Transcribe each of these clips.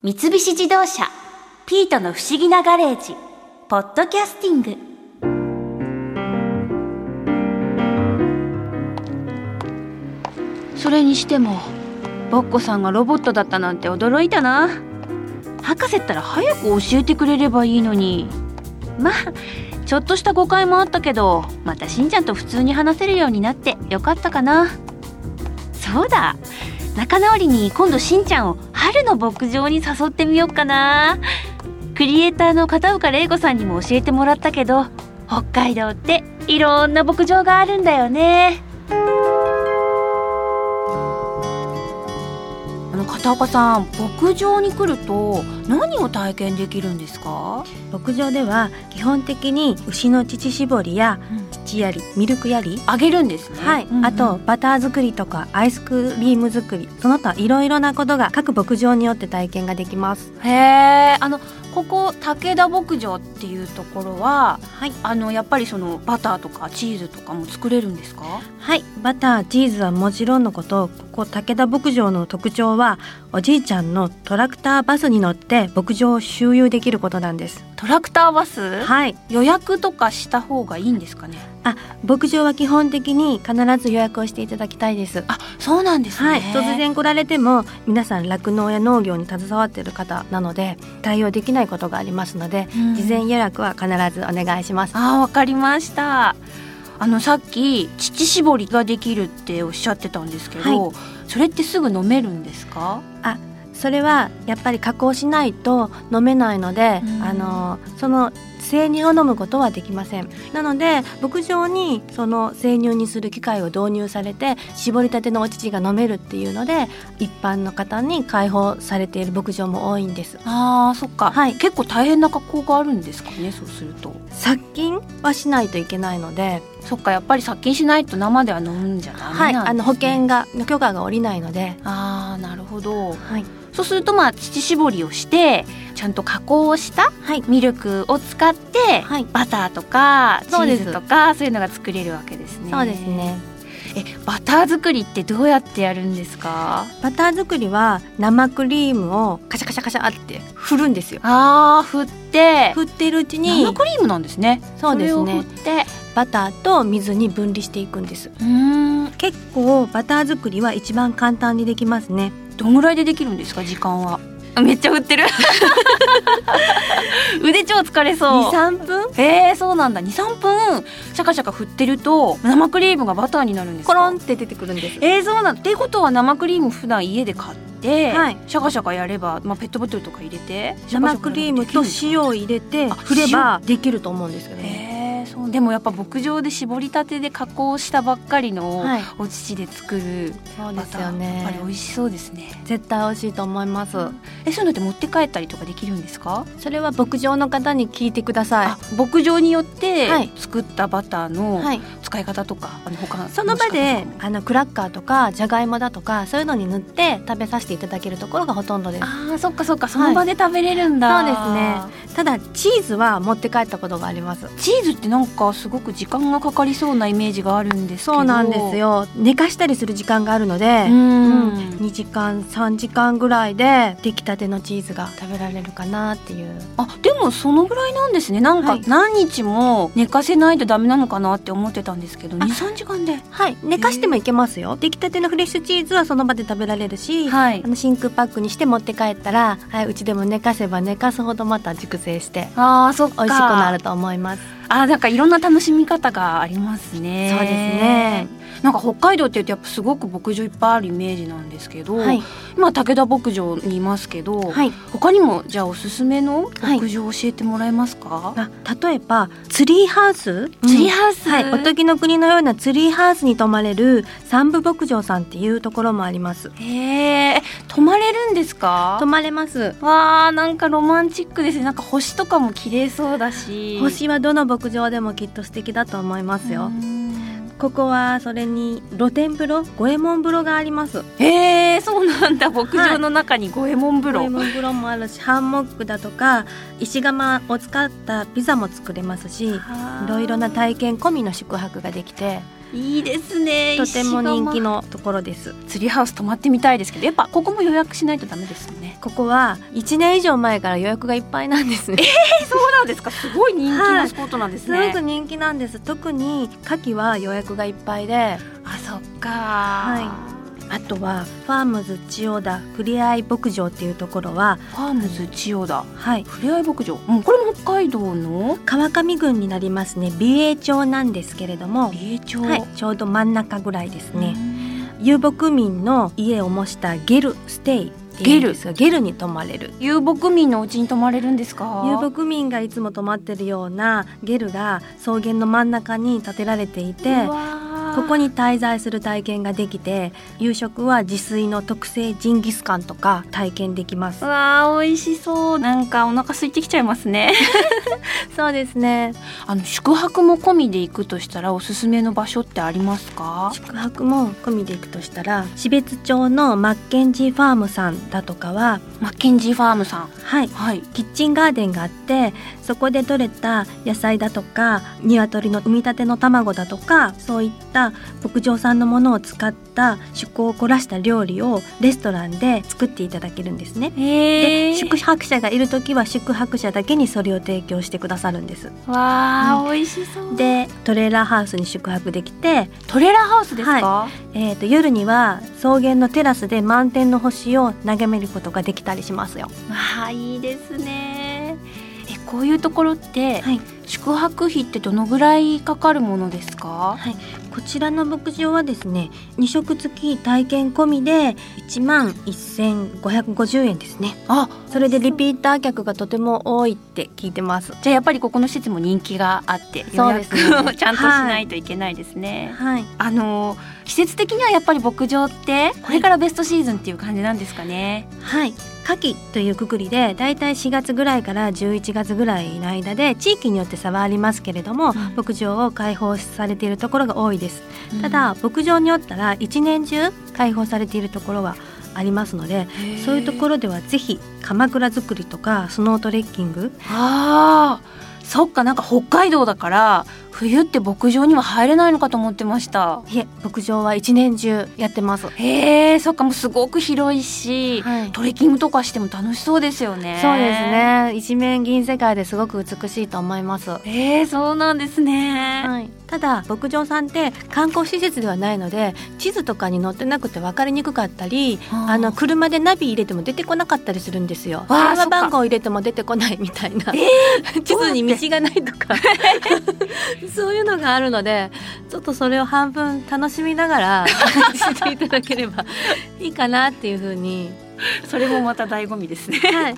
三菱自動車「ピートの不思議なガレージ」「ポッドキャスティング」それにしてもボッコさんがロボットだったなんて驚いたな博士ったら早く教えてくれればいいのにまあちょっとした誤解もあったけどまたしんちゃんと普通に話せるようになってよかったかなそうだ仲直りに今度しんちゃんを春の牧場に誘ってみようかなクリエイターの片岡玲子さんにも教えてもらったけど北海道っていろんな牧場があるんだよねあの片岡さん牧場に来ると何を体験できるんですか、牧場では基本的に牛の乳搾りや乳やりミルクやりあげるんですねはい、うんうんあとバター作りとかアイスクリーム作りその他いろいろなことが各牧場によって体験ができますへえあのここ武田牧場っていうところははい、あのやっぱりそのバターとかチーズとかも作れるんですかはい、バターチーズはもちろんのことここ武田牧場の特徴はおじいちゃんのトラクターバスに乗って牧場を周遊できることなんですトラクターバスはい予約とかした方がいいんですかね牧場は基本的に必ず予約をしていただきたいですあそうなんですね、はい、突然来られても皆さん酪農や農業に携わっている方なので対応できないことがありますので、うん事前予約は必ずお願いします。あーわかりましたあのさっき乳搾りができるっておっしゃってたんですけど、それってすぐ飲めるんですかそれはやっぱり加工しないと飲めないので、うんあのその生乳を飲むことはできませんなので牧場にその生乳にする機械を導入されて搾りたてのお乳が飲めるっていうので一般の方に開放されている牧場も多いんですあーそっか、はい結構大変な加工があるんですかねそうすると殺菌はしないといけないのでそっかやっぱり殺菌しないと生では飲むんじゃダメなんです、はねい、あの保険がの許可が下りないので、あーなるほどはい、そうするとまあ乳搾りをしてちゃんと加工をしたはいミルクを使って、はいバターとかチそうですーズとかそういうのが作れるわけですね。そうですね。えバター作りってどうやってやるんですかバター作りは生クリームをカシャカシャカシャって振るんですよ。あー振って振ってるうちに生、クリームなんですね。そうですれを振。ねってバターと水に分離していくんです。うーん結構バター作りは一番簡単にできますね。どんぐらいでできるんですか時間は。あめっちゃ振ってる 腕超疲れそう二。三分？えー、そうなんだ23分シャカシャカ振ってると生クリームがバターになるんですかコロンって出てくるんです。えー、そうなんだってことは生クリーム普段家で買って、はいシャカシャカやれば、まあ、ペットボトルとか入れて生クリームと塩を入れてあ振ればできると思うんですけどね。えー、そうでもやっぱ牧場で絞りたてで加工したばっかりの、はい、お乳で作るそうでバすターよやっぱり美ね。味しそうですね絶対美味しいと思います。えそういうのって持って帰ったりとかできるんですか、それは牧場の方に聞いてくださあ牧場によってはい作ったバターい。のはい。使い方とか、あの保管その場の仕で方とかもあのクラッカーとかじゃがいもだとかそういうのに塗って食べさせていただけるところがほとんどですあーそっかそっかその場で食べれるんだ、そうただチーズは持って帰ったことがありますチーズってなんかすごく時間がかかりそうなイメージがあるんですけどそうなんですよ寝かしたりする時間があるのうで、ん、 2時間3時間ぐらいで出来たてのチーズが食べられるかなっていうあでもそのぐらいなんですねなんはかい何日も寝かせないとダメなのかなって思ってたんですけどあ23時間ではい寝かしてもいけますよ出来たてのフレッシュチーズはその場で食べられるし、はいあの真空パックにして持って帰ったら、はいうちでも寝かせば寝かすほどまた熟成してあーそっか美味しくなると思いますあーなんかいろんな楽しみ方がありますねそうですねなんか北海道っていうとやっぱすごく牧場いっぱいあるイメージなんですけど、はい今武田牧場にいますけど、はい他にもじゃあおすすめのはい牧場を教えてもらえますか、あ例えばツリーハウスツリーハウス、はい、おとぎの国のようなツリーハウスに泊まれる三部牧場さんっていうところもありますへえ泊まれるんですか泊まれますわあなんかロマンチックですねなんか星とかも綺麗そうだし星はどの牧場でもきっと素敵だと思いますよここはそれに露天風呂五右衛門風呂がありますへえそうなんだ牧場の中に五右衛門風五呂、右衛門風呂もあるしハンモックだとか石窯を使ったピザも作れますしいいろいろな体験込みの宿泊ができていいですねとても人気ののところですツリーハウス泊まってみたいですけどやっぱここも予約しないとダメですねここは1年以上前から予約がいっぱいなんですねえそうなんですかすごい人気はのいスポットなんですすね、ごく人気なんです特に牡蠣は予約がいっぱいであそっかあとはファームズ千代田ふれあい牧場っていうところはファームズ千代田はいふれあい牧場、うん、これも北海道の川上郡になりますね美瑛町なんですけれども、美瑛町、はい、ちょうど真ん中ぐらいですね、ね遊牧民の家を模したゲルステイっていうんですがゲルに泊まれる遊牧民のうちに泊まれるんですか遊牧民がいつも泊まってるようなゲルが草原の真ん中に建てられていてうわーここに滞在する体験ができて夕食は自炊の特製ジンギスカンとか体験できますうわー美味しそうなんかお腹空いてきちゃいますねそうですね あの宿泊も込みで行くとしたらおすすめの場所ってありますか宿泊も込みで行くとしたら標津町のマッケンジーファームさんだとかはマッケンジーファームさんはいはいキッチンガーデンがあってそこで採れた野菜だとか鶏の産み立ての卵だとかそういった牧場産のものを使った趣向を凝らした料理をレストランで作っていただけるんですね。へでえ宿泊者がいる時は宿泊者だけにそれを提供してくださるんです。わー美味しそうでトレーラーハウスに宿泊できて、トレーラーハウスですか、えー、と夜には草原のテラスで満天の星を眺めることができたりしますよ。わあいいですねえこういうところって、はい宿泊費ってどのぐらいかかるものですかこちらの牧場はですね2食付き体験込みで1万1550円ですねあそれでリピーター客がとても多いって聞いてますじゃあやっぱりここの施設も人気があってそ予うで約すねをちゃんとしないといけないですね、はいあのー季節的にはやっぱり牧場ってこれからベストシーズンっていう感じなんですかね、はい夏季というくくりでだいたい4月ぐらいから11月ぐらいの間で地域によって差はありますけれども、ん牧場を開放されているところが多いですただ牧場によったら一年中開放されているところはありますのでそういうところろではぜひ鎌倉作りとかスノートレッキングあーそっかなんか北海道だから冬って牧場には入れないのかと思ってましたいえ牧場は一年中やってます。へえそっかもうすごく広いし、はいトレッキングとかしても楽しそうですよね。そうです。ね一面銀世界ですごく美しいと思います。えー、そうなんですね。はい、ただ牧場さんって観光施設ではないので地図とかに載ってなくて分かりにくかったりああのの車でナビ入れても出てこなかったりするんですよ。わあ電そ話っか番号入れても出てこないみたい な、地図に道がないとか そういうのがあるのでちょっとそれを半分楽しみながら していただければいいかなっていうふうに それもまた醍醐味ですね。はい。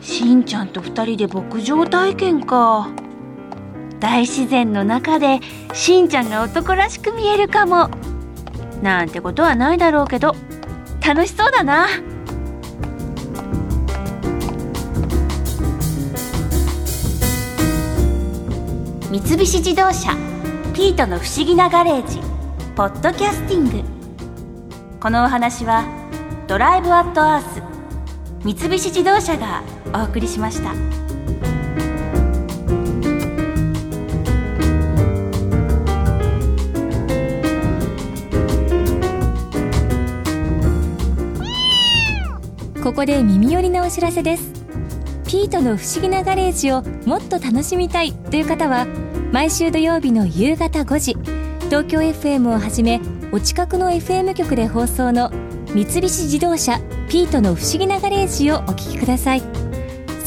しんちゃんと二人で牧場体験か。大自然の中でしんちゃんが男らしく見えるかも。なんてことはないだろうけど楽しそうだな。三菱自動車「ピートの不思議なガレージ」「ポッドキャスティング」このお話は「ドライブ・アット・アース」三菱自動車がお送りしました。ここで耳寄りなお知らせですピートの不思議なガレージをもっと楽しみたいという方は毎週土曜日の夕方5時東京 FM をはじめお近くの FM 局で放送の三菱自動車ピートの不思議なガレージをお聞きください